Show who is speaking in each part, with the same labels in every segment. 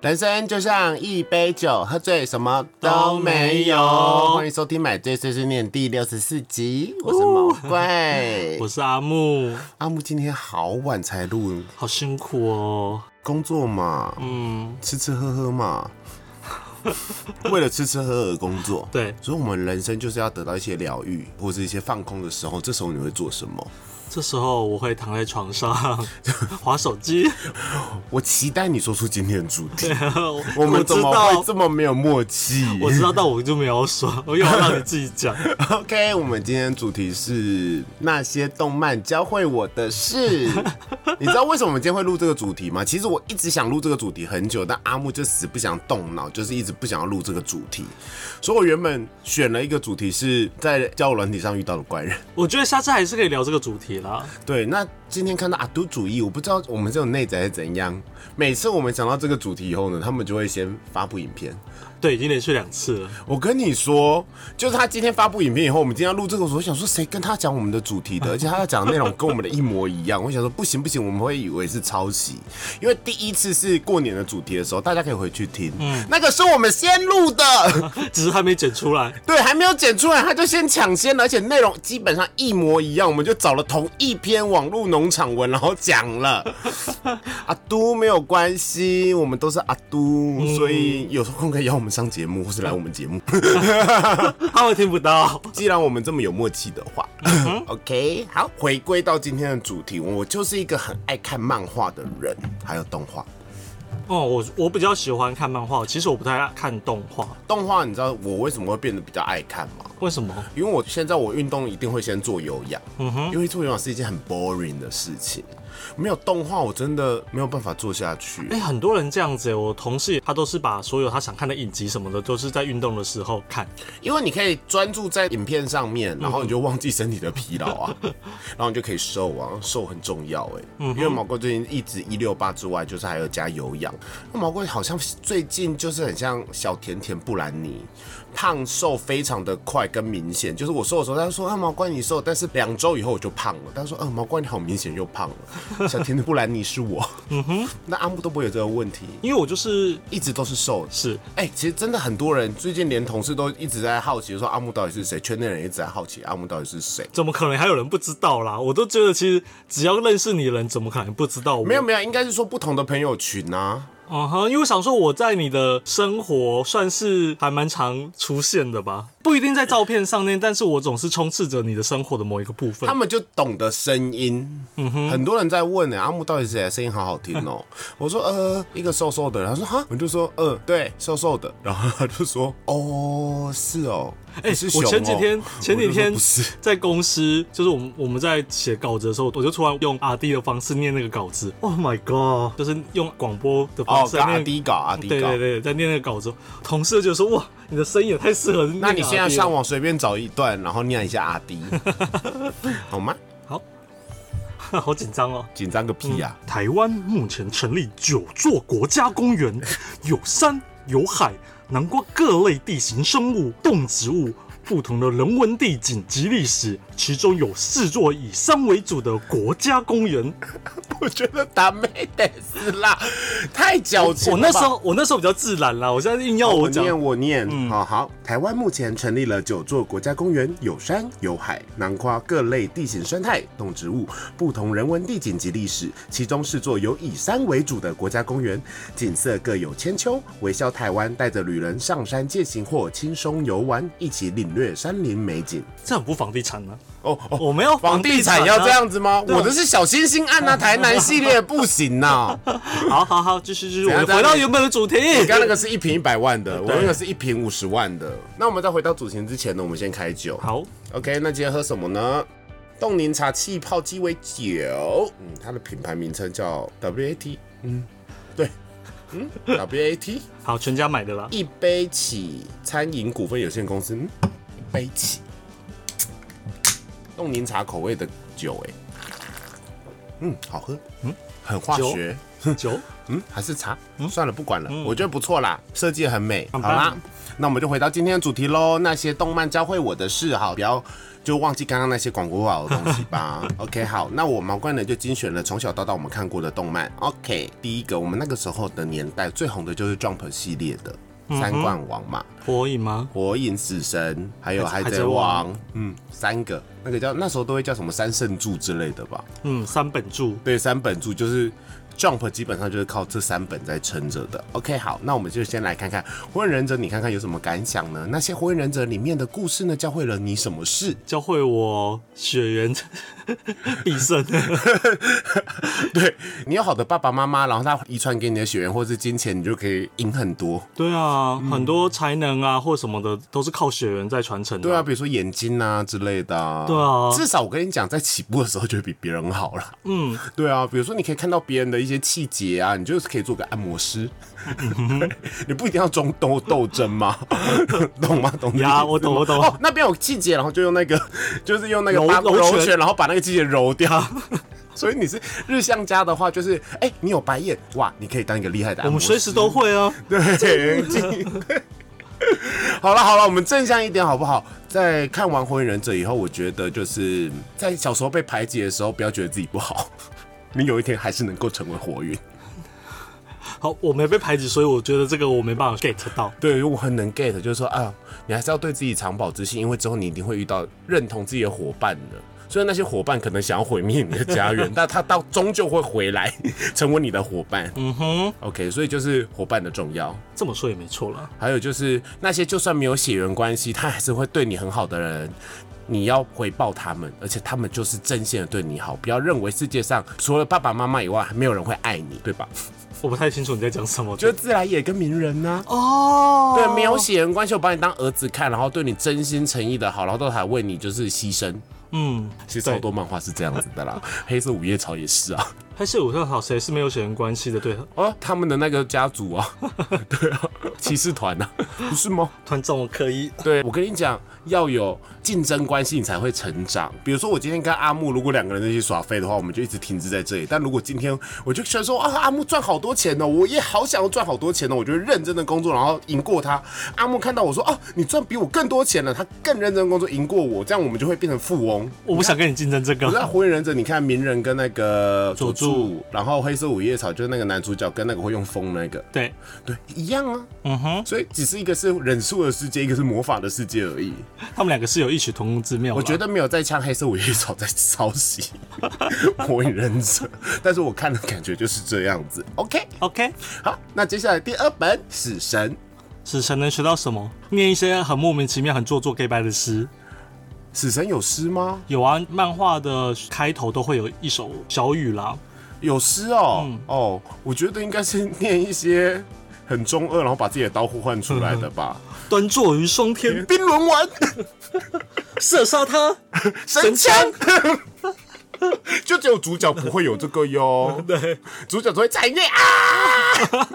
Speaker 1: 人生就像一杯酒，喝醉什么都没有。欢迎收听《买醉碎碎念》第六十四集，我是毛怪。
Speaker 2: 我是阿木，
Speaker 1: 阿木今天好晚才录，
Speaker 2: 好辛苦哦。
Speaker 1: 工作嘛，
Speaker 2: 嗯，
Speaker 1: 吃吃喝喝 嘛，为了吃吃喝喝工作。
Speaker 2: 对，
Speaker 1: 所以，我们人生就是要得到一些疗愈，或是一些放空的时候。这时候你会做什么？
Speaker 2: 这时候我会躺在 床上划手机。
Speaker 1: 我期待你说出今天的主题。我
Speaker 2: 我
Speaker 1: 们怎
Speaker 2: 知
Speaker 1: 么会
Speaker 2: 道，
Speaker 1: 这么没有默契？
Speaker 2: 我知道，但我就没有说，我又要让你自己讲。
Speaker 1: OK，我们今天主题是那些动漫教会我的事。你知道为什么我们今天会录这个主题吗？其实我一直想录这个主题很久，但阿木就死不想动脑，就是一直不想要录这个主题。所以我原本选了一个主题是在交友软体上遇到的怪人。
Speaker 2: 我觉得下次还是可以聊这个主题啦。
Speaker 1: 对，那今天看到阿都主义，我不知道我们这种内在是怎样。每次我们想到这个主题以后呢，他们就会先发布影片。
Speaker 2: 对，已经连续两次了。
Speaker 1: 我跟你说，就是他今天发布影片以后，我们今天要录这个，我想说谁跟他讲我们的主题的，而且他要讲的内容跟我们的一模一样。我想说不行不行，我们会以为是抄袭，因为第一次是过年的主题的时候，大家可以回去听，那个是我们先录的，
Speaker 2: 只是还没剪出来。
Speaker 1: 对，还没有剪出来，他就先抢先了，而且内容基本上一模一样，我们就找了同一篇网络农场文，然后讲了。阿都没有关系，我们都是阿都，所以有空可以邀我们上节目，或是来我们节目。
Speaker 2: 他会听不到。
Speaker 1: 既然我们这么有默契的话，OK，好，回归到今天的主题，我就是一个很爱看漫画的人，还有动画。
Speaker 2: 哦，我我比较喜欢看漫画，其实我不太爱看动画。
Speaker 1: 动画你知道我为什么会变得比较爱看吗？
Speaker 2: 为什么？
Speaker 1: 因为我现在我运动一定会先做有氧，因为做有氧是一件很 boring 的事情，没有动画我真的没有办法做下去
Speaker 2: 哎、。很多人这样子耶，我同事他都是把所有他想看的影集什么的，都是在运动的时候看。
Speaker 1: 因为你可以专注在影片上面，然后你就忘记身体的疲劳 啊，然后你就可以瘦啊，瘦很重要哎、因为毛怪最近一直一六八之外，就是还有加有氧。那毛怪好像最近就是很像小甜甜布兰妮，胖瘦非常的快跟明显。就是我瘦的时候，他就说啊毛怪你瘦，但是两周以后我就胖了。他说嗯、毛怪你好明显又胖了，小甜甜布兰妮是我。嗯哼， 那阿木都不会有这个问题，
Speaker 2: 因为我就是
Speaker 1: 一直都是瘦的。
Speaker 2: 是
Speaker 1: 哎、其实真的很多人最近连同事都一直在好奇，说阿木到底是谁？圈内人一直在好奇阿木到底是谁。
Speaker 2: 怎么可能还有人不知道啦？我都觉得其实只要认识你的人，怎么可能不知道我？
Speaker 1: 没有，没有，应该是说不同的朋友群啊。
Speaker 2: 嗯哼，因为我想说我在你的生活算是还蛮常出现的吧，不一定在照片上面，但是我总是充斥着你的生活的某一个部分
Speaker 1: 他。们就懂得声音，
Speaker 2: 嗯
Speaker 1: 很多人在问欸呢、阿木到底是谁？声音好好听哦、 我说呃，一个瘦瘦的人，他说哈，我就说呃，对，瘦瘦的，然后他就说哦，是哦，哎、是熊、
Speaker 2: 我
Speaker 1: 哦。
Speaker 2: 前几天前几
Speaker 1: 我就说
Speaker 2: 天
Speaker 1: 不 是，
Speaker 2: 在公司，就是我们我们在写稿子的时候，我就突然用阿弟的方式念那个稿子。Oh my god！就是用广播的方
Speaker 1: 哦，
Speaker 2: 式
Speaker 1: 搞
Speaker 2: 来
Speaker 1: 阿
Speaker 2: 念。
Speaker 1: 迪搞阿迪
Speaker 2: 对
Speaker 1: 搞
Speaker 2: 对。对，在念那个稿子，同事就说：“哇，你的声音也太适合念
Speaker 1: 那你
Speaker 2: 阿
Speaker 1: 现在
Speaker 2: 弟了
Speaker 1: 上网随便找一段，然后念一下阿 迪，好吗？
Speaker 2: 好， 好紧张哦。
Speaker 1: 紧张个屁啊呀、
Speaker 2: 台湾目前成立九座国家公 园，有山有海，囊括各类地形生物、动植物、不同的人文地景及历史，其中有四座以山为主的国家公 园。
Speaker 1: 我觉得达美得斯啦，太矫情
Speaker 2: 我
Speaker 1: 了吧。哦
Speaker 2: 那时候我那时候比较自然啦，我现在硬要我
Speaker 1: 我
Speaker 2: 讲，嗯
Speaker 1: 念我念，好、好。台湾目前成立了九座国家公园，有山有海，囊括各类地形生态、动植物、不同人文地景及历史。其中四座有以山为主的国家公园，景色各有千秋。微笑台湾带着旅人上山践行或轻松游玩，一起领略山林美景。
Speaker 2: 这很不房地产呢、
Speaker 1: 哦哦，
Speaker 2: 我没有
Speaker 1: 房地产
Speaker 2: 啊
Speaker 1: 要这。样子吗？
Speaker 2: 啊
Speaker 1: 我的是小星星案啊，台南系列不行呐、
Speaker 2: 好好好，继续继续，我
Speaker 1: 怎样怎样
Speaker 2: 们回到原本的主题。
Speaker 1: 你刚刚那个是一瓶一百万的，我那个是一瓶五十万的。那我们在回到主题之前呢，我们先开酒。
Speaker 2: 好，
Speaker 1: OK，那今天喝什么呢？冻柠茶气泡鸡尾酒，嗯，它的品牌名称叫 WAT，嗯，对，嗯，WAT，
Speaker 2: 好，全家买 的啦。
Speaker 1: 一杯起，餐饮股份有限公司，嗯，一杯起，冻柠茶口味的酒、欸，哎，嗯，好喝，嗯，很化学，
Speaker 2: 酒，
Speaker 1: 嗯，还是茶，算了，不管了，我觉得不错啦，设计得很美。好
Speaker 2: 棒
Speaker 1: 啦，那我们就回到今天的主题喽，那些动漫教会我的事，好，不要。就忘记刚刚那些广告的东西 吧。OK，好，那我毛怪呢就精选了从小到大我们看过的动漫。OK，第一个，我们那个时候的年代最红的就是 Jump 系列的三冠王嘛，
Speaker 2: 火影吗？
Speaker 1: 火影、死神，还有
Speaker 2: 海
Speaker 1: 海
Speaker 2: 海
Speaker 1: 贼
Speaker 2: 贼王
Speaker 1: 王，嗯，三个，那个叫那时候都会叫什么三圣柱之类的吧？
Speaker 2: 嗯，三本柱，
Speaker 1: 对，三本柱就是 Jump，基本上就是靠这三本在撑着的。OK，好，那我们就先来看看《火影忍者》，你看看有什么感想呢？那些《火影忍者》里面的故事呢，教会了你什么事？
Speaker 2: 教会我血缘 必胜。
Speaker 1: 对你有好的爸爸妈妈，然后他遗传给你的血缘或是金钱，你就可以赢很多。
Speaker 2: 对啊，很多才能啊或什么的都是靠血缘在传承的。
Speaker 1: 对啊，，比如说眼睛啊之类的、啊。
Speaker 2: 对啊
Speaker 1: 至少我跟你讲，在起步的时候就会比别人好了。
Speaker 2: 嗯，
Speaker 1: 对啊，比如说你可以看到别人的一些气节啊，你就是可以做个按摩师，
Speaker 2: 嗯
Speaker 1: 你不一定要中斗斗争嘛， 懂吗？懂的
Speaker 2: 呀
Speaker 1: 意思吗
Speaker 2: 我懂我懂
Speaker 1: 哦，那边有气节，然后就用那个，就是用那个
Speaker 2: 揉
Speaker 1: 八
Speaker 2: 揉拳
Speaker 1: 拳，然后把那个气节揉掉。 所以你是日向家的话，就是哎、你有白眼哇，你可以当一个厉害的按
Speaker 2: 我
Speaker 1: 摩
Speaker 2: 们
Speaker 1: 师。
Speaker 2: 随时都会啊。
Speaker 1: 对， 好了好了，我们正向一点好不好？在看完《火影忍者》以后，我觉得就是在小时候被排挤的时候，不要觉得自己不好， 你有一天还是能够成为火影。
Speaker 2: 好，我没被排挤，所以我觉得这个我没办法 get 到。
Speaker 1: 对，我很能 get，就是说啊，你还是要对自己长保之心，因为之后你一定会遇到认同自己的伙伴的。虽然那些伙伴可能想要毁灭你的家 园，但他到终究会回来， 成为你的伙伴。
Speaker 2: 嗯哼，
Speaker 1: OK，所以就是伙伴的重要。
Speaker 2: 这么说也没错啦。
Speaker 1: 还有就是那些就算没有血缘关系，他还是会对你很好的人，你要回报他们，而且他们就是真心的对你好，不要认为世界上除了爸爸妈妈以外，还没有人会爱你，对 吧？
Speaker 2: 我不太清楚你在讲什么。
Speaker 1: 就是自来也跟鸣人呢、
Speaker 2: 哦，
Speaker 1: 对，没有血缘关系，我把你当儿子看，然后对你真心诚意的好，然后都还为你就是牺牲。
Speaker 2: 嗯，
Speaker 1: 其实好多漫画是这样子的啦，黑色午夜草也是啊，
Speaker 2: 拍摄五上好谁是没有血缘关系的？对，
Speaker 1: 哦，他们的那个家族啊， 对啊，骑士团啊，不是吗？
Speaker 2: 团长我可以。
Speaker 1: 对，我跟你讲，要有竞争关系，你才会成长。比如说，我今天跟阿木，如果两个人在一起耍废的话，我们就一直停滞在这里。但如果今天我就觉得说啊，阿木赚好多钱哦，我也好想要赚好多钱哦，我就认真的工作，然后赢过他。阿木看到我说啊，你赚比我更多钱了，他更认真地工作，赢过我，这样我们就会变成富翁。
Speaker 2: 我不想跟你竞争这
Speaker 1: 我在《
Speaker 2: 个。
Speaker 1: 火影忍者》，你看鸣人跟那个佐
Speaker 2: 佐助
Speaker 1: 助，然后黑色午夜草就是那个男主角跟那个会用风那个，
Speaker 2: 对，
Speaker 1: 对，一样啊。
Speaker 2: 嗯哼，
Speaker 1: 所以只是一个是忍术的世界，一个是魔法的世界而已。
Speaker 2: 他们两个是有异曲同工之妙啦。
Speaker 1: 我觉得没有在唱黑色午夜草在抄袭火影忍者，但是我看的感觉就是这样子。OK，
Speaker 2: OK，
Speaker 1: 好，那接下来第二本《死神》，
Speaker 2: 死神能学到什么？念一些很莫名其妙、很做作 gay 白的诗。
Speaker 1: 死神有诗吗？
Speaker 2: 有啊，漫画的开头都会有一首小雨啦。
Speaker 1: 有诗哦、哦，我觉得应该是念一些很中二，然后把自己的刀呼唤出来的吧。
Speaker 2: 端坐于霜天，
Speaker 1: 冰轮丸
Speaker 2: 射杀他。
Speaker 1: 神枪。 就只有主角不会有这个哟，
Speaker 2: 对，
Speaker 1: 主角只会在月啊，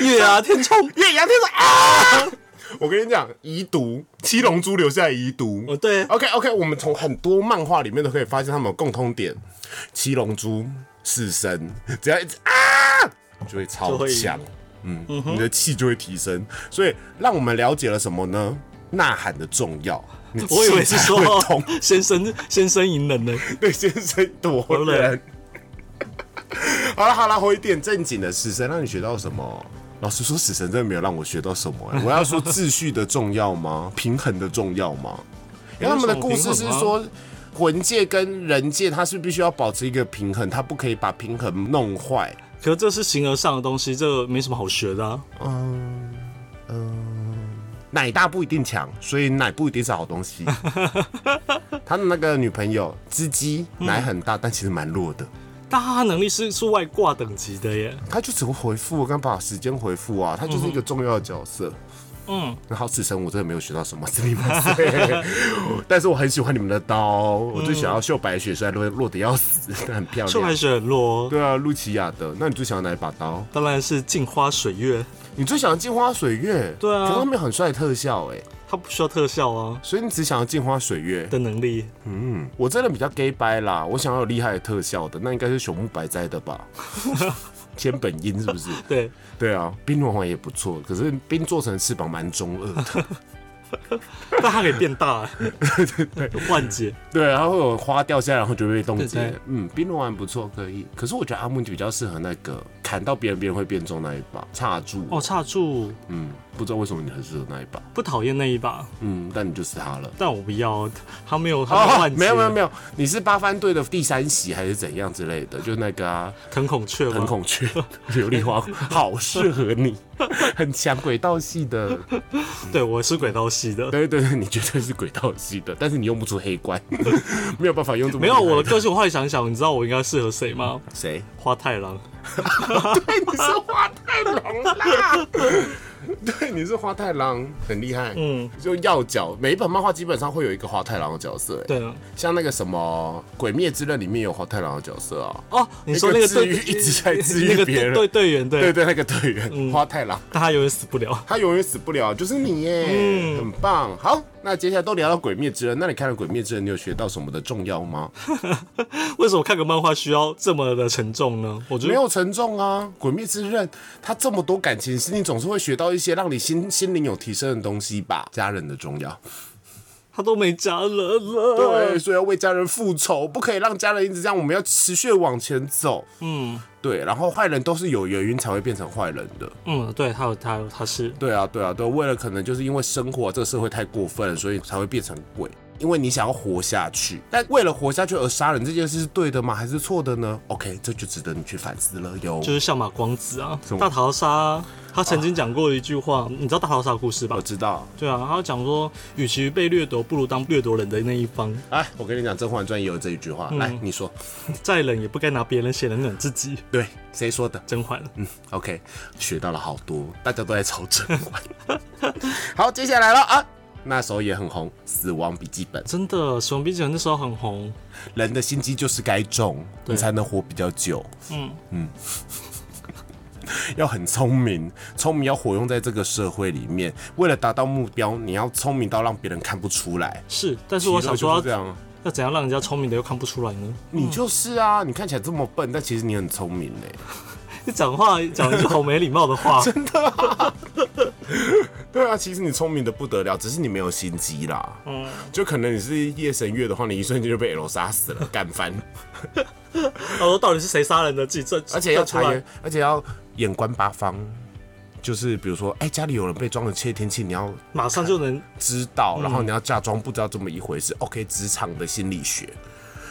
Speaker 2: 月啊，天冲。
Speaker 1: 岳阳天说啊！ 我跟你讲，遗毒，七龙珠留下来遗毒。
Speaker 2: 哦，对，
Speaker 1: OK OK，我们从很多漫画里面都可以发现他们有共通点：七龙珠、死神，只要一直啊，就会
Speaker 2: 就
Speaker 1: 超
Speaker 2: 会赢
Speaker 1: 强，嗯，你的气就会提升。所以让我们了解了什么呢？呐喊的重要。你的
Speaker 2: 我以为
Speaker 1: 气
Speaker 2: 是
Speaker 1: 才会
Speaker 2: 说
Speaker 1: 通
Speaker 2: 先生先生隐忍呢。
Speaker 1: 对先生夺人。好了好了，回一点正经的死神，让你学到什么？老实说，死神真的没有让我学到什么、欸我要说秩序的重要吗？平衡的重要吗？因为他们的故事是说，魂界跟人界它是必须要保持一个平衡，它不可以把平衡弄坏。
Speaker 2: 可是这是形而上的东西，这个没什么好学的、啊。
Speaker 1: 奶大不一定强，所以奶不一定是好东西。他的那个女朋友织姬奶很大，但其实蛮弱的。
Speaker 2: 但他能力是是外挂等级的耶。
Speaker 1: 他就只会回复，跟把时间回复啊，他就是一个重要的角色。
Speaker 2: 嗯，
Speaker 1: 然后此生我真的没有学到什么，真的吗？ 但是我很喜欢你们的刀，我最想要秀白雪，虽然落落得要死，但很漂
Speaker 2: 秀
Speaker 1: 亮
Speaker 2: 还。是很弱哦，
Speaker 1: 对啊，露琪亚的。那你最想要哪一把刀？
Speaker 2: 当然是镜花水月。
Speaker 1: 你最想要镜花水月？
Speaker 2: 对啊
Speaker 1: 可是他们有很帅的特效哎、
Speaker 2: 他它不需要特效啊
Speaker 1: 所以你只想要镜花水月。
Speaker 2: 的能力。
Speaker 1: 嗯，我真的比较 gay 掰啦，我想要有厉害的特效的，那应该是朽木白哉的 吧？千本樱是不是？
Speaker 2: 对，
Speaker 1: 对啊，冰轮环也不错，可是冰做成翅膀蛮中二 的。
Speaker 2: 但它可以变 大，有幻觉。
Speaker 1: 对，啊它会有花掉下来，然后就被冻
Speaker 2: 对
Speaker 1: 结
Speaker 2: 对。
Speaker 1: 嗯，冰轮环不错，可以。可是我觉得阿木比较适合那个砍到别人，别人会变重那一把插住。
Speaker 2: 哦，差住
Speaker 1: 嗯，不知道为什么你很适合那一把。
Speaker 2: 不讨厌那一把，
Speaker 1: 嗯，但你就是他了。
Speaker 2: 但我不要，它没有它没有
Speaker 1: 哦
Speaker 2: 幻，觉，
Speaker 1: 没有没有没有，你是八番队的第三席还是怎样之类的？就那个 啊，
Speaker 2: 藤孔雀
Speaker 1: 很
Speaker 2: 吗？
Speaker 1: 孔雀、琉璃花，好适合你， 很强轨道系的。
Speaker 2: 对，我是轨道系的。
Speaker 1: 对对对，你绝对是轨道系的，但是你用不出黑官， 没有办法用这么
Speaker 2: 没有
Speaker 1: 厉害
Speaker 2: 我的个性，我后来想想，你知道我应该适合谁吗？
Speaker 1: 谁？
Speaker 2: 花太郎。
Speaker 1: 对，你是花太郎啦。 对，你是花太郎，很厉害。嗯，就要角，每一本漫画基本上会有一个花太郎的角色。哎，
Speaker 2: 对啊，
Speaker 1: 像那个什么《鬼灭之刃》里面有花太郎的角色啊。
Speaker 2: 哦，你说那个
Speaker 1: 那个
Speaker 2: 队
Speaker 1: 治愈一直在治愈
Speaker 2: 那个
Speaker 1: 别人
Speaker 2: 队队员，对
Speaker 1: 对嗯对，那个队员花太郎，
Speaker 2: 但他永远死不了。
Speaker 1: 他永远死不了，就是你耶，很棒。好，那接下来都聊到《鬼灭之刃》，那你看了《鬼灭之刃》，你有学到什么的重要吗？
Speaker 2: 为什么看个漫画需要这么的沉重呢？我觉
Speaker 1: 没
Speaker 2: 得
Speaker 1: 有沉重啊，《鬼灭之刃》它这么多感情戏，你总是会学到一些让你心心灵有提升的东西吧？家人的重要，
Speaker 2: 他都没家人了。
Speaker 1: 对，所以要为家人复仇，不可以让家人一直这样，我们要持续地往前走。嗯，对，然后坏人都是有原因才会变成坏人的。
Speaker 2: 嗯，对，他有他有他是
Speaker 1: 对啊，对啊，对啊为了可能就是因为生活这个社会太过分了，所以才会变成鬼。因为你想要活下去，但为了活下去而杀人这件事是对的吗？还是错的呢？OK，这就值得你去反思了哟。
Speaker 2: 就是相马光子啊
Speaker 1: 什，么
Speaker 2: 大逃杀啊。他曾经讲过一句话，你知道大逃杀的故事吧
Speaker 1: 我？知道，
Speaker 2: 对啊，他讲说，与其被掠夺，不如当掠夺人的那一方。
Speaker 1: 哎，我跟你讲，《甄嬛传》也有这一句话，
Speaker 2: 嗯
Speaker 1: 来，你说，
Speaker 2: 再冷也不该拿别人血来冷自己。
Speaker 1: 对，谁说的？
Speaker 2: 甄嬛，
Speaker 1: 嗯，OK，学到了好多，大家都在抄甄嬛。 好，接下来了啊，那时候也很红，《死亡笔记本》，
Speaker 2: 真的《死亡笔记本》那时候很红，
Speaker 1: 人的心机就是该重，你
Speaker 2: 对
Speaker 1: 才能活比较久。嗯 嗯，要很聪明，聪明要活用在这个社会里面。为了达到目标，你要聪明到让别人看不出来。
Speaker 2: 是，但是我想
Speaker 1: 其实就
Speaker 2: 说
Speaker 1: 是这样啊，
Speaker 2: 要怎样让人家聪明的又看不出来呢？
Speaker 1: 你就是啊，你看起来这么笨，但其实你很聪明欸嘞。
Speaker 2: 你讲话讲一句好没礼貌的 话，
Speaker 1: 对啊，其实你聪明的不得了，只是你没有心机啦。嗯，就可能你是夜神月的话，你一瞬间就被 L 杀死了，干翻，
Speaker 2: 他说到底是谁杀人的？自己这
Speaker 1: 而且要
Speaker 2: 出
Speaker 1: 察
Speaker 2: 来
Speaker 1: 言，而且要眼观八方。就是比如说，哎、家里有人被装了窃听器，你要
Speaker 2: 马上就能
Speaker 1: 知道，然后你要假装不知道这么一回事。OK，职场的心理学，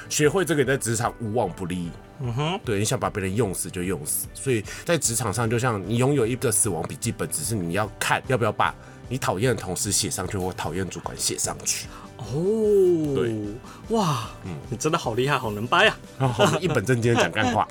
Speaker 1: 学会这个你在职场无往不利。嗯哼，对，你想把别人用死就用死，所以在职场上，就像你拥有一个死亡笔记本，只是你要看要不要把你讨厌的同事写上去，或讨厌主管写上 去。
Speaker 2: 哦，
Speaker 1: 对，嗯
Speaker 2: 哇，你真的好厉害，好能掰呀、啊
Speaker 1: 然后我哦们一本正经的讲干 话，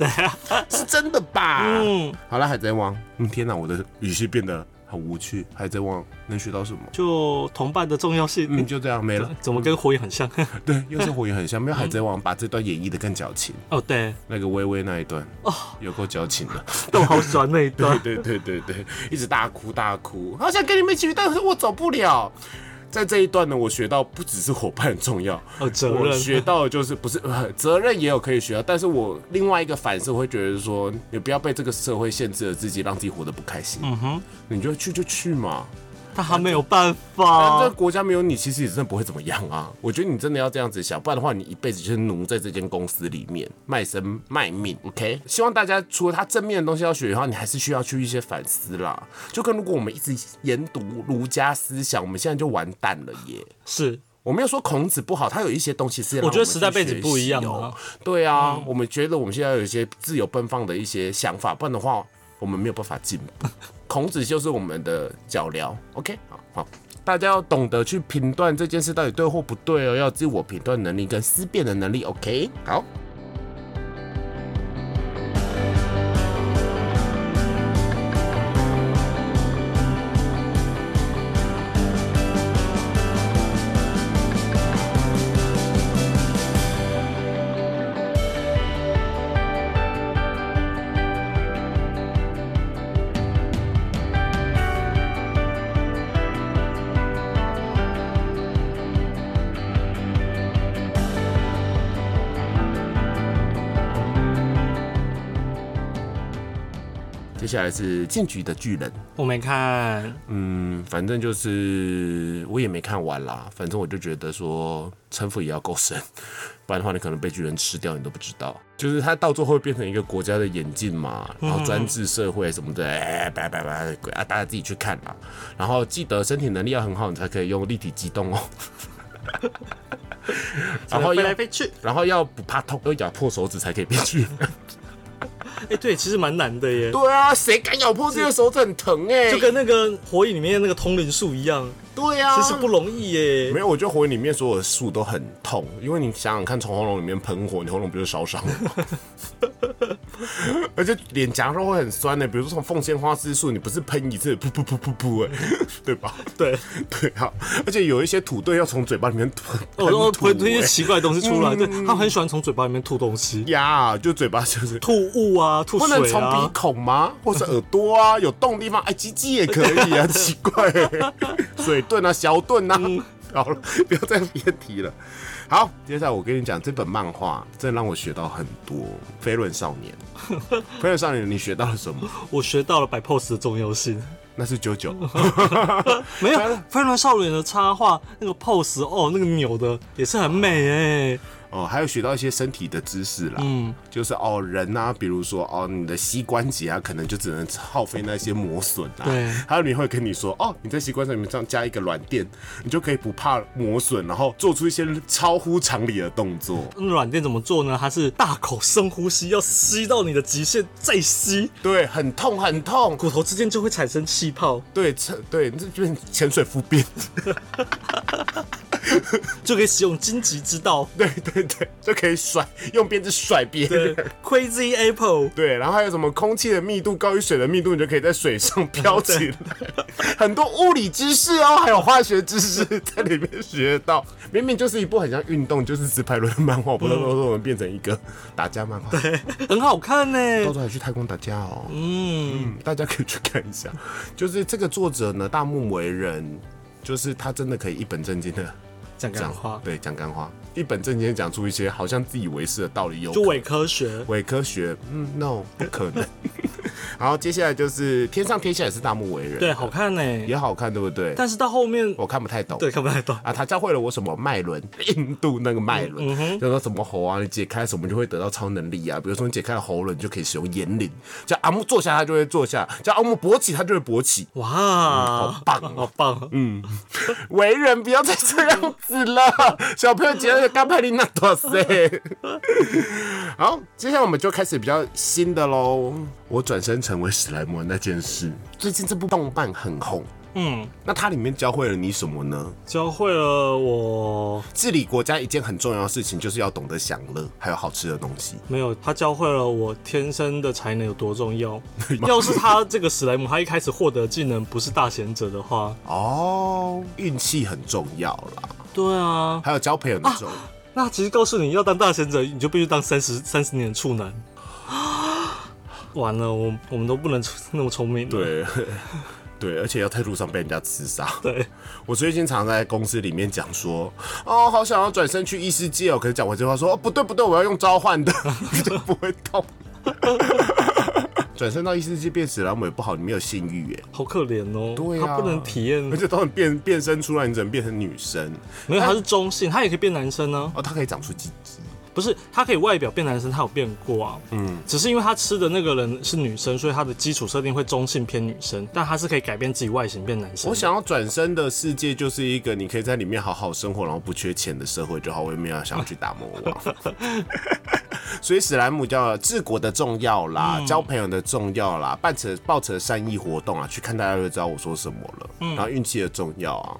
Speaker 1: 是真的吧？嗯，啊好了，海贼王，嗯，天哪，我的语气变得很无趣。海贼王能学到什么？
Speaker 2: 就同伴的重要性，
Speaker 1: 嗯，就这样没了。
Speaker 2: 怎么跟火影 很像？
Speaker 1: 对，又是火影很像，没有海贼王把这段演绎的更矫情。
Speaker 2: 哦，对，
Speaker 1: 那个微微那一段哦，有够矫情的。
Speaker 2: 但我好喜欢那一段。
Speaker 1: 对对对对，一直大哭大哭，好想跟你们一起去，但是我走不了。在这一段呢，我学到不只是伙伴很重要，
Speaker 2: 哦责任
Speaker 1: 我学到的就是不是、呃责任也有可以学到，但是我另外一个反思，我会觉得说，你不要被这个社会限制了自己，让自己活得不开心。嗯哼，你就去就去嘛，
Speaker 2: 但他没有办
Speaker 1: 但这
Speaker 2: 法
Speaker 1: 个，国家没有你，其实也真的不会怎么样啊。我觉得你真的要这样子想，不然的话，你一辈子就是奴在这间公司里面卖身卖命。OK，希望大家除了它正面的东西要学以外，你还是需要去一些反思啦。就跟如果我们一直研读儒家思想，我们现在就完蛋了耶。
Speaker 2: 是
Speaker 1: 我没有说孔子不好，他有一些东西是让
Speaker 2: 我觉得
Speaker 1: 们
Speaker 2: 时代
Speaker 1: 去学
Speaker 2: 背景不一样
Speaker 1: 习哦
Speaker 2: 啊
Speaker 1: 对啊，我们觉得我们现在有一些自由奔放的一些想法，不然的话我们没有办法进步。 孔子就是我们的脚镣，OK，好好。大家要懂得去评断这件事到底对或不对哦，要有自我评断能力跟思辨的能力，OK？好，接下来是《进击的巨人》，
Speaker 2: 我没看，
Speaker 1: 嗯，反正就是我也没看完啦，反正我就觉得说城府也要够深， 不然的话你可能被巨人吃掉，你都不知道。就是他到最后会变成一个国家的眼镜嘛，
Speaker 2: 嗯
Speaker 1: 然后专制社会什么的，哎、拜拜拜鬼啊，大家自己去看啦。然后记得身体能力要很好，你才可以用立体机动哦。 然后
Speaker 2: 飞
Speaker 1: 要
Speaker 2: 来飞去，
Speaker 1: 然后要不怕痛，要咬破手指才可以变巨人。
Speaker 2: 哎、对，其实蛮难的耶，
Speaker 1: 对啊， 谁敢咬破这个手指很疼哎、
Speaker 2: 就跟那个火影里面那个通灵术一样，
Speaker 1: 对啊，
Speaker 2: 其实不容易耶
Speaker 1: 没。有，我觉得火影里面所有的树都很痛，因为你想想看，从喉咙里面喷火，你喉咙不就烧伤了吗？ 而且脸颊肉会很酸欸的、比如说从凤仙花之术，你不是喷一次，噗噗噗噗噗、哎，对吧？
Speaker 2: 对，
Speaker 1: 对啊，而且有一些土队要从嘴巴里面 吐
Speaker 2: 我都
Speaker 1: 喷土、
Speaker 2: 会推一些
Speaker 1: 哎
Speaker 2: 奇怪的东西出来，对他很喜欢从嘴巴里面吐东西，
Speaker 1: 呀，就嘴巴就是。
Speaker 2: 吐物啊，吐
Speaker 1: 不能
Speaker 2: 水
Speaker 1: 从鼻
Speaker 2: 啊，
Speaker 1: 孔吗？或者耳朵啊，有洞的地方，哎，鸡鸡也可以 啊，奇怪、欸，水遁啊，小遁啊，
Speaker 2: 嗯
Speaker 1: 好了，不要再偏题了。好，接下来我跟你讲，这本漫画真的让我学到很多。飞轮少 年，飞轮少年，你学到了什么？
Speaker 2: 我学到了摆 pose 的重要性。
Speaker 1: 那是九 九，
Speaker 2: 没有《飞轮少年》的插画那个 pose 哦，那个扭的也是很美哎、
Speaker 1: 哦，还有学到一些身体的知识啦，嗯，就是哦人啊，比如说哦你的膝关节啊，可能就只能耗费那些磨损啊，
Speaker 2: 对
Speaker 1: 还有你会跟你说哦你在膝关节里面这样加一个软垫，你就可以不怕磨损，然后做出一些超乎常理的动作，
Speaker 2: 那软垫怎么做呢？它是大口深呼吸，要吸到你的极限再吸，
Speaker 1: 对，很痛很痛，
Speaker 2: 骨头之间就会产生气泡，
Speaker 1: 对，这对这就是潜水夫变，
Speaker 2: 就可以使用荆棘之 道。
Speaker 1: 对对对，就可以甩用鞭子甩别
Speaker 2: 对
Speaker 1: 人。
Speaker 2: ，Crazy Apple，
Speaker 1: 对，然后还有什么空气的密度高于水的密度，你就可以在水上飘起来。 很多物理知识哦，还有化学知识在里面学到。明明就是一部很像运动，就是直排轮的漫画，不是说我们变成一个打架漫画。
Speaker 2: 很好看呢、
Speaker 1: 到时候还去太空打架哦，
Speaker 2: 嗯，
Speaker 1: 嗯，大家可以去看一下。就是这个作者呢，大木为人，就是他真的可以一本正经的
Speaker 2: 讲干
Speaker 1: 讲
Speaker 2: 话，
Speaker 1: 对，讲干话，一本正经地讲出一些好像自以为是的道理有可
Speaker 2: 就
Speaker 1: 能。
Speaker 2: 伪科学。
Speaker 1: 伪科学，嗯，no，不 可能。然后接下来就是《天上天下》也是大木为人，
Speaker 2: 对，好看呢、
Speaker 1: 也好看，对不对？
Speaker 2: 但是到后面，
Speaker 1: 我看不太懂。
Speaker 2: 对，看不太懂。
Speaker 1: 啊，他教会了我什么脉轮，印度那个脉
Speaker 2: 嗯
Speaker 1: 轮，叫做什么喉啊，你解开什么就会得到超能力啊。比如说你解开了喉轮，你就可以使用眼铃。叫阿木坐下，他就会坐下；叫阿木勃起，他就会勃起。
Speaker 2: 哇，
Speaker 1: 好棒哦
Speaker 2: 好棒！嗯，
Speaker 1: 为人不要再这样子 了，小朋友觉得刚拍你那多塞。 好，接下来我们就开始比较新的喽。我转身成为史莱姆那件事，最近这部动漫很红。嗯，那它里面教会了你什么呢？
Speaker 2: 教会了我
Speaker 1: 治理国家一件很重要的事情，就是要懂得享乐，还有好吃的东西。
Speaker 2: 没有，他教会了我天生的才能有多重要。要是他这个史莱姆，他一开始获得技能不是大贤者的话，
Speaker 1: 哦，运气很重要啦，
Speaker 2: 对啊，
Speaker 1: 还有交朋友的重要。
Speaker 2: 那其实告诉你要当大贤者，你就必须当三十三十年的处男。完了，我我们都不能那么聪明。
Speaker 1: 对， 对，而且要在路上被人家刺杀。
Speaker 2: 对，
Speaker 1: 我最近常在公司里面讲说，哦，好想要转身去异世界哦，可是讲完这话说，哦，不对不对，我要用召唤的， 就不会动。 转身到异世界变史莱姆也不好，你没有性欲耶，
Speaker 2: 好可怜哦，
Speaker 1: 对啊
Speaker 2: 他不能体验
Speaker 1: 而，且当你变变身出来，你只能变成女生
Speaker 2: 没有他是中性，他也可以变男生呢、
Speaker 1: 哦，它可以长出鸡鸡。
Speaker 2: 不是，他可以外表变男生，他有变过啊。嗯，只是因为他吃的那个人是女生，所以他的基础设定会中性偏女生，但他是可以改变自己外形变男生。
Speaker 1: 我想要转身的世界就是一个你可以在里面好好生活，然后不缺钱的社会就好。我也没有想要去打魔王，所以史莱姆叫治国的重要啦，交朋友的重要啦，办着抱着善意活动啊，去看大家就知道我说什么了。然后运气的重要啊，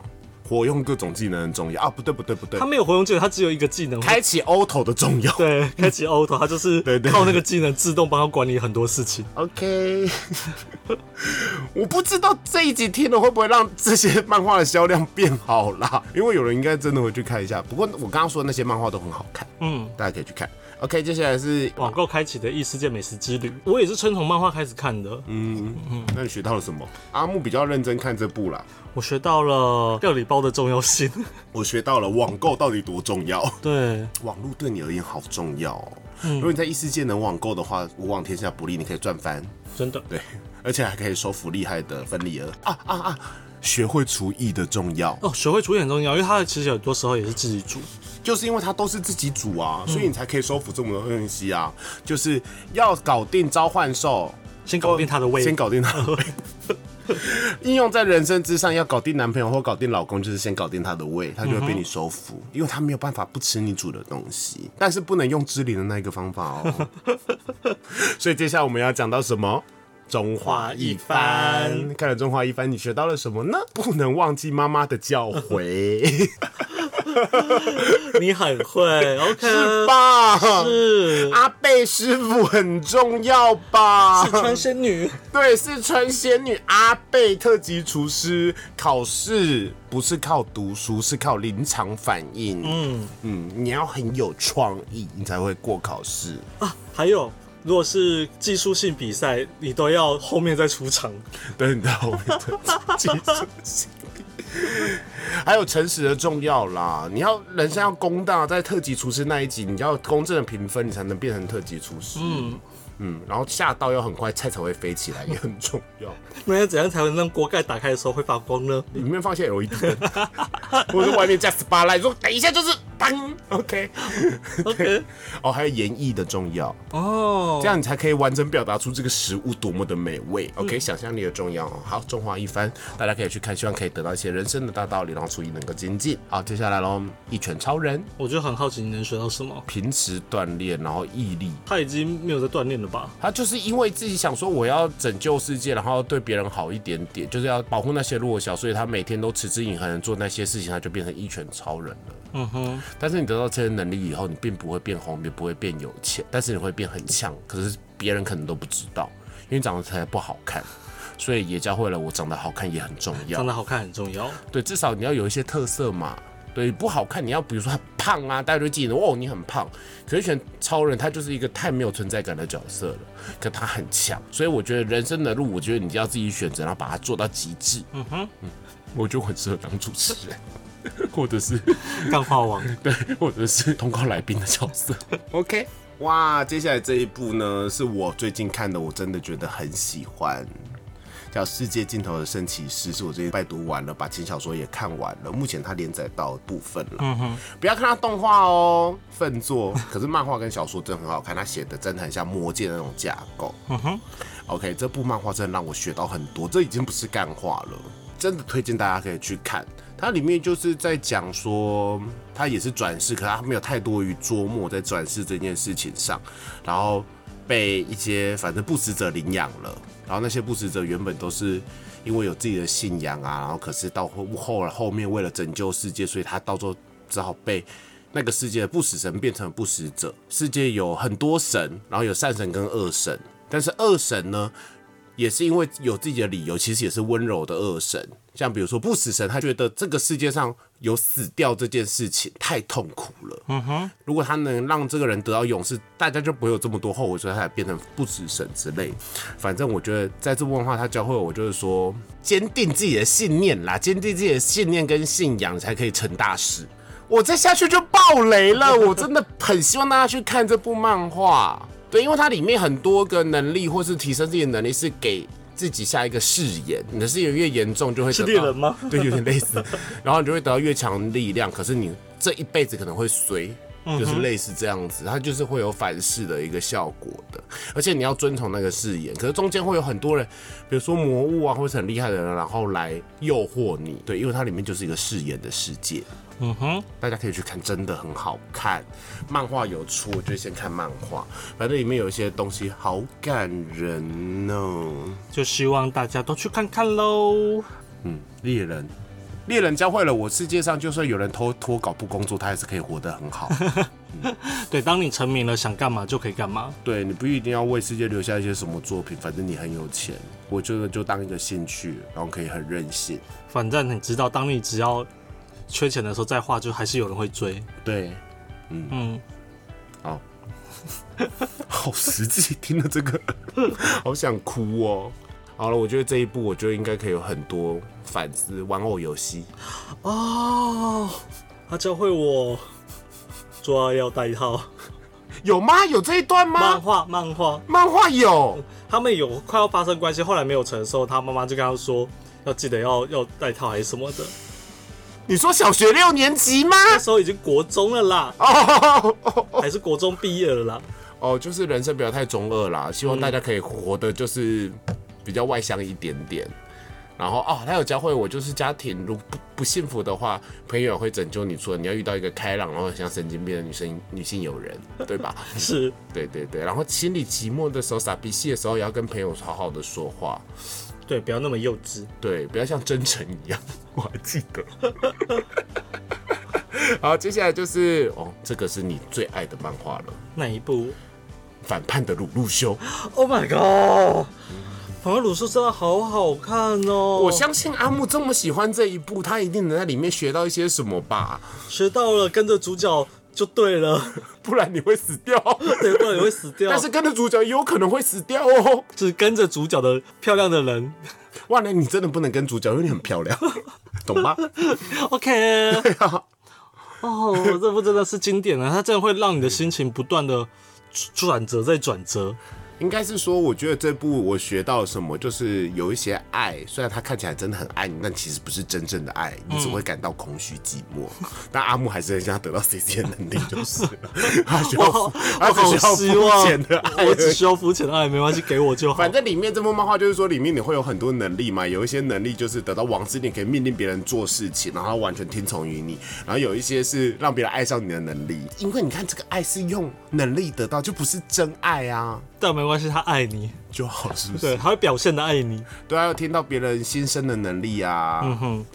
Speaker 1: 活用各种技能的重要啊，不对不对不对
Speaker 2: 他，没有活用技能，他只有一个技能。
Speaker 1: 开启 auto 的重要。
Speaker 2: 对，开启 auto，他就是
Speaker 1: 对对
Speaker 2: 靠那个技能自动帮他管理很多事情。
Speaker 1: OK，我不知道这一集听了会不会让这些漫画的销量变 好啦，因为有人应该真的会去看一下。不过我刚刚说的那些漫画都很好看，嗯，大家可以去看。 OK，接下来是，
Speaker 2: 网购开启的异世界美食之旅，我也是春虫漫画开始看的。
Speaker 1: 嗯那你学到了什么？阿木比较认真看这部啦，
Speaker 2: 我学到了料理包的重要性。
Speaker 1: 我学到了网购到底多重要，
Speaker 2: 对，
Speaker 1: 网络对你而言好重要哦。如果你在异世界能网购的话，无往天下不利，你可以赚翻，
Speaker 2: 真的，
Speaker 1: 对，而且还可以收服厉害的分离额啊啊啊！学会厨艺的重要，
Speaker 2: 哦，学会煮也很重要，因为它其实有很多时候也是自己煮。
Speaker 1: 就是因为它都是自己煮啊，所以你才可以收服这么多东西啊。就是要搞定召唤兽，
Speaker 2: 先搞定他的胃
Speaker 1: 先搞定他的 胃。应用在人生之上，要搞定男朋友或搞定老公，就是先搞定他的胃，他就会被你收服，因为他没有办法不吃你煮的东西，但是不能用支离的那一个方法 哦。所以接下来我们要讲到什么？中华一番，看了中华一番，你学到了什么呢？不能忘记妈妈的教 诲，
Speaker 2: 你很 会，OK，
Speaker 1: 是吧？
Speaker 2: 是
Speaker 1: 阿贝师傅很重要吧？
Speaker 2: 川仙女，
Speaker 1: 对，四川仙女阿贝特级厨师考试不是靠读书，是靠临场反应。嗯嗯，你要很有创意，你才会过考试。
Speaker 2: 啊还有。如果是技术性比赛，你都要后面再出场。
Speaker 1: 等你到后面再技术性。 还有诚实的重要啦，你要人生要公道，在特级厨师那一集，你要公正的评分，你才能变成特级厨师。嗯嗯，然后下道要很快，菜才会飞起来，也很重要。
Speaker 2: 那要怎样才能让锅盖打开的时候会发光 呢？
Speaker 1: 里面放些 LED 灯， 或者是外面加 SPA 你说等一下就是当 OK OK，哦，还有演绎的重要，
Speaker 2: 哦，
Speaker 1: 这样你才可以完整表达出这个食物多么的美味。OK，想象力的重要哦。好，中华一番，大家可以去看，希望可以得到一些人生的大道理，让厨艺能够精进。好，接下来喽，一拳超人，
Speaker 2: 我就很好奇你能学到什么。
Speaker 1: 平时锻炼，然后毅力。
Speaker 2: 他已经没有在锻炼了吧？
Speaker 1: 他就是因为自己想说我要拯救世界，然后对别人好一点点，就是要保护那些弱小，所以他每天都持之以恒地做那些事情，他就变成一拳超人了。
Speaker 2: 嗯哼，
Speaker 1: 但是你得到这些能力以后，你并不会变红，也不会变有钱，但是你会变很强。可是别人可能都不知道，因为你长得才不好看，所以也教会了我长得好看也很重要
Speaker 2: 长。得好看很重要。
Speaker 1: 对，至少你要有一些特色嘛。对，不好看，你要比如说他胖啊，大家就会记得哦，你很胖。可是选超人，他就是一个太没有存在感的角色了，可他很强，所以我觉得人生的路，我觉得你要自己选择，然后把它做到极致。嗯哼，我就很适合当主持人，或者是
Speaker 2: 干话王，
Speaker 1: 对， 或者是通告来宾的角色。OK，哇，接下来这一部呢，是我最近看的，我真的觉得很喜欢。叫《世界尽头的圣骑士》，是我最近拜读完了，把轻小说也看完了，目前它连载到的部分了。嗯哼，不要看它动画哦，粪作。可是漫画跟小说真的很好看，它写的真的很像《魔戒》的那种架构。嗯哼，OK，这部漫画真的让我学到很多，这已经不是干话了，真的推荐大家可以去看。它里面就是在讲说，他也是转世，可他没有太多于琢磨在转世这件事情上，然后被一些反正不死者领养了，然后那些不死者原本都是因为有自己的信仰啊，然后可是到后后后面为了拯救世界，所以他到最后只好被。那个世界的不死神变成了不死者，世界有很多神，然后有善神跟恶神，但是恶神呢，也是因为有自己的理由，其实也是温柔的恶神。像比如说不死神，他觉得这个世界上有死掉这件事情太痛苦了。嗯哼，如果他能让这个人得到永世，大家就不会有这么多后悔，所以他才变成不死神之类。反正我觉得在这部分的话，他教会我就是说，坚定自己的信念啦，坚定自己的信念跟信仰，才可以成大事。我再下去就爆雷 了，我真的很希望大家去看这部漫画。对，因为它里面很多个能力或是提升自己的能力是给自己下一个誓言，你的誓言越严重就会
Speaker 2: 是
Speaker 1: 得到
Speaker 2: 猎人吗
Speaker 1: 对，有点类似，然后你就会得到越强的力量，可是你这一辈子可能会随。
Speaker 2: 嗯
Speaker 1: 就是类似这样子，它就是会有反噬的一个效果的，而且你要遵从那个誓言。可是中间会有很多人，比如说魔物啊，或者很厉害的人，然后来诱惑你。对，因为它里面就是一个誓言的世界。
Speaker 2: 嗯哼，
Speaker 1: 大家可以去看，真的很好看。漫画有出，我就先看漫画。反正里面有一些东西好感人哦。
Speaker 2: 就希望大家都去看看喽。
Speaker 1: 嗯，猎人，猎人教会了我，世界上就算有人偷脱稿不工作，他还是可以活得很 好。
Speaker 2: 对，当你成名了，想干嘛就可以干嘛。
Speaker 1: 对你不一定要为世界留下一些什么作品，反正你很有钱，我觉得就当一个兴趣，然后可以很任性。
Speaker 2: 反正你知道，当你只要缺钱的时候再画，就还是有人会追。
Speaker 1: 对，
Speaker 2: 嗯，
Speaker 1: 好，哦 好实际，听了这个 好想哭哦。好了，我觉得这一部我觉得应该可以有很多反思玩偶游戏。
Speaker 2: 哦，他教会我做爱要带套。
Speaker 1: 有吗？有这一段
Speaker 2: 漫
Speaker 1: 吗？
Speaker 2: 画，漫画，
Speaker 1: 漫画有，
Speaker 2: 他们有快要发生关系，后来没有成的时候，他妈妈就跟他说要记得要要带套还是什么的。
Speaker 1: 你说小学六年级吗？
Speaker 2: 那时候已经国中了啦，
Speaker 1: 哦哦
Speaker 2: 还是国中毕业了啦。
Speaker 1: 哦，就是人生不要太中二啦，希望大家可以活得就是比较外向一点点。然后哦，他有教会我，就是家庭如不不幸福的话，朋友会拯救你，除了你要遇到一个开朗然后很像神经病的女生女性友人，对吧？
Speaker 2: 是，
Speaker 1: 对对对，然后心里寂寞的时候、傻逼气的时候，也要跟朋友好好的说话，
Speaker 2: 对，不要那么幼稚。
Speaker 1: 对，不要像真诚一样。 我还记得。 好，接下来就是哦，这个是你最爱的漫画了，
Speaker 2: 那一部
Speaker 1: 《反叛的鲁路修》。
Speaker 2: ，Oh my god！反而鲁肃真的好好看哦，
Speaker 1: 我相信阿木这么喜欢这一部，他一定能在里面学到一些什么吧，
Speaker 2: 学到了，跟着主角就对了，
Speaker 1: 不然你会死掉。
Speaker 2: 对，不然你会死掉。
Speaker 1: 但是跟着主角也有可能会死掉哦。
Speaker 2: 就是跟着主角的漂亮的人
Speaker 1: 哇，那你真的不能跟主角，因为你很漂 亮，懂吗？
Speaker 2: ，OK。哦，这部真的是经典了，啊它真的会让你的心情不断的转折再转折。
Speaker 1: 应该是说，我觉得这部我学到什么，就是有一些爱，虽然他看起来真的很爱你，但其实不是真正的爱，你只会感到空虚寂寞。
Speaker 2: 嗯
Speaker 1: 但阿木还是很想得到 C C 的能力， 就是了他需要
Speaker 2: 我
Speaker 1: 付
Speaker 2: 好，
Speaker 1: 哦他
Speaker 2: 我
Speaker 1: 只
Speaker 2: 好
Speaker 1: 需要
Speaker 2: 希
Speaker 1: 肤浅的爱
Speaker 2: 望，我
Speaker 1: 而
Speaker 2: 只
Speaker 1: 已
Speaker 2: 需要肤浅的爱，没关系，给我就好
Speaker 1: 反。正里面这部漫画就是说，里面你会有很多能力嘛，有一些能力就是得到王之你可以命令别人做事情，然后他完全听从于你；然后有一些是让别人爱上你的能力，因为你看这个爱是用能力得到，就不是真爱啊，
Speaker 2: 但没关系，他爱你，
Speaker 1: 就好了，是不
Speaker 2: 对，
Speaker 1: 是？
Speaker 2: 他会表现的爱你。
Speaker 1: 对啊，要听到别人心声的能力啊，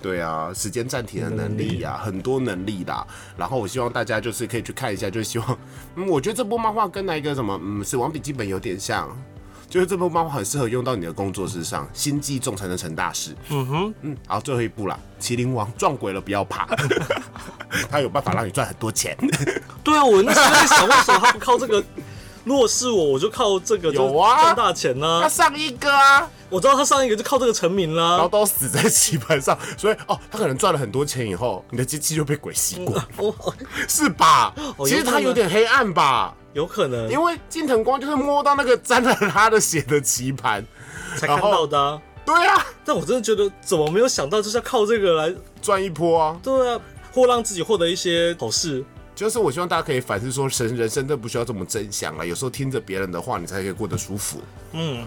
Speaker 1: 对啊，时间暂停的能力啊，很多能力啦。然后我希望大家就是可以去看一下，就是希望， 嗯，我觉得这部漫画跟那一个什么，嗯，《死亡笔记本》有点像。就是这部漫画很适合用到你的工作室上，心机重才能成大事。嗯哼，嗯，好，最后一步啦，《麒麟王》撞鬼了不要怕， 他有办法让你赚很多钱。
Speaker 2: 对啊，我那时候在想，为什么他不靠这个？如果是我，我就靠这个就
Speaker 1: 有啊
Speaker 2: 赚大钱呢、
Speaker 1: 他上一个啊，
Speaker 2: 我知道他上一个就靠这个成名啦、
Speaker 1: 然后都死在棋盘上，所以哦，他可能赚了很多钱以后，你的机器就被鬼吸过。
Speaker 2: 哦，
Speaker 1: 是吧？
Speaker 2: 哦
Speaker 1: 其实他有点黑暗吧，
Speaker 2: 有可能
Speaker 1: 因为近藤光就是摸到那个沾了他的血的棋盘。
Speaker 2: 才看到的啊、
Speaker 1: 对啊，
Speaker 2: 但我真的觉得，怎么没有想到就是要靠这个来，
Speaker 1: 赚一波啊！
Speaker 2: 对啊，或让自己获得一些好事。
Speaker 1: 就是我希望大家可以反思说，人人生真的不需要这么真相啊。有时候听着别人的话，你才可以过得舒服。
Speaker 2: 嗯，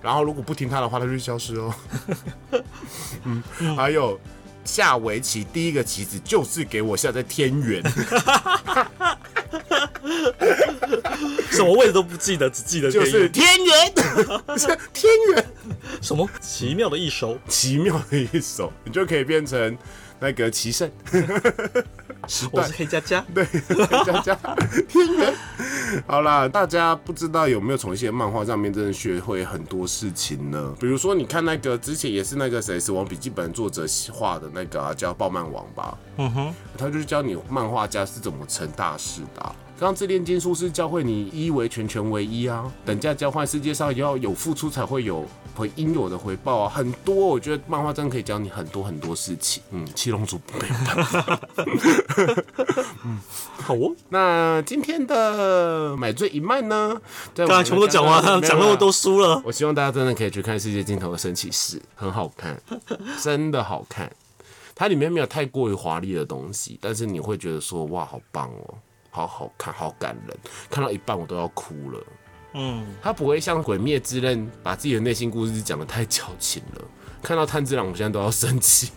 Speaker 1: 然后如果不听他的话，他就会消 失哦。嗯，还有下围棋第一个棋子就是给我下在天 元，
Speaker 2: 什么位置都不记得，只记得
Speaker 1: 就
Speaker 2: 天
Speaker 1: 是
Speaker 2: 运
Speaker 1: 天元， 天元。
Speaker 2: 什么奇妙的一手。
Speaker 1: 奇妙的一首，你就可以变成那个棋圣。时
Speaker 2: 我
Speaker 1: 段
Speaker 2: 是黑佳佳，
Speaker 1: 对， 佳佳天元。好啦，大家不知道有没有从一些漫画上面真的学会很多事情呢？比如说，你看那个之前也是那个谁《死亡笔记本》作者画的那个、啊、叫《暴漫王》吧，
Speaker 2: 嗯哼，
Speaker 1: 他就是教你漫画家是怎么成大事的啊、刚刚自恋金术师教会你一为全，全为一啊！等价交换，世界上也要有付出才会有回应有的回报啊！很多，我觉得漫画真的可以教你很多很多事情。嗯，七龙珠没有办法。
Speaker 2: 好哦，
Speaker 1: 那今天的买醉一漫呢？刚
Speaker 2: 刚才全部都讲完了，讲那么多。输了。
Speaker 1: 我希望大家真的可以去看《世界尽头的神奇事》，很好 看，真的好看。它里面没有太过于华丽的东西，但是你会觉得说哇，好棒哦，好好看，好感人，看到一半我都要哭了。
Speaker 2: 嗯，
Speaker 1: 它不会像《鬼灭之刃》把自己的内心故事讲得太矫情了，看到炭治郎我现在都要生 气。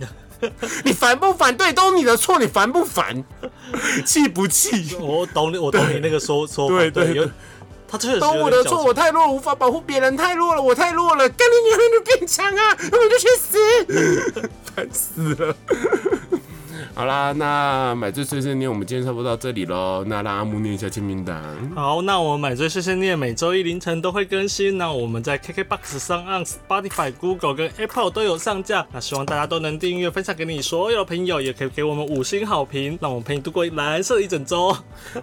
Speaker 1: 你烦不烦？对，都是你的错，你烦不 烦？气不气？
Speaker 2: 我懂你，我懂你那个说说法，
Speaker 1: 对对
Speaker 2: 有
Speaker 1: 对，
Speaker 2: 他确实
Speaker 1: 都我的错，我太弱，无法保护别人，太弱了，我太弱了，跟你 娘的变强啊，我就去死，烦死了。好啦，那买醉碎碎念我们今天差不多到这里喽。那让阿木念一下签名档。
Speaker 2: 好，那我们买醉碎碎念每周一凌晨都会更新。那我们在 KKBOX 上、on Spotify、Google 跟 Apple 都有上架。那希望大家都能订阅、分享给你所有的朋友，也可以给我们五星好评，让我们陪你度过蓝色的一整周。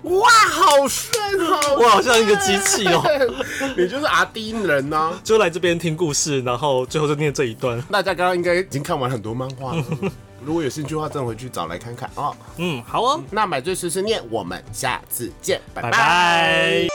Speaker 1: 哇，好深哦！
Speaker 2: 我好像一个机器哦，
Speaker 1: 你就是阿丁人哦呐、
Speaker 2: 就来这边听故事，然后最后就念这一段。
Speaker 1: 大家刚刚应该已经看完很多漫 画了，如果有兴趣的话，真的回去找来看看哦。
Speaker 2: 嗯，好哦，
Speaker 1: 那买醉碎碎念，我们下次见，拜
Speaker 2: 拜
Speaker 1: 拜
Speaker 2: 拜。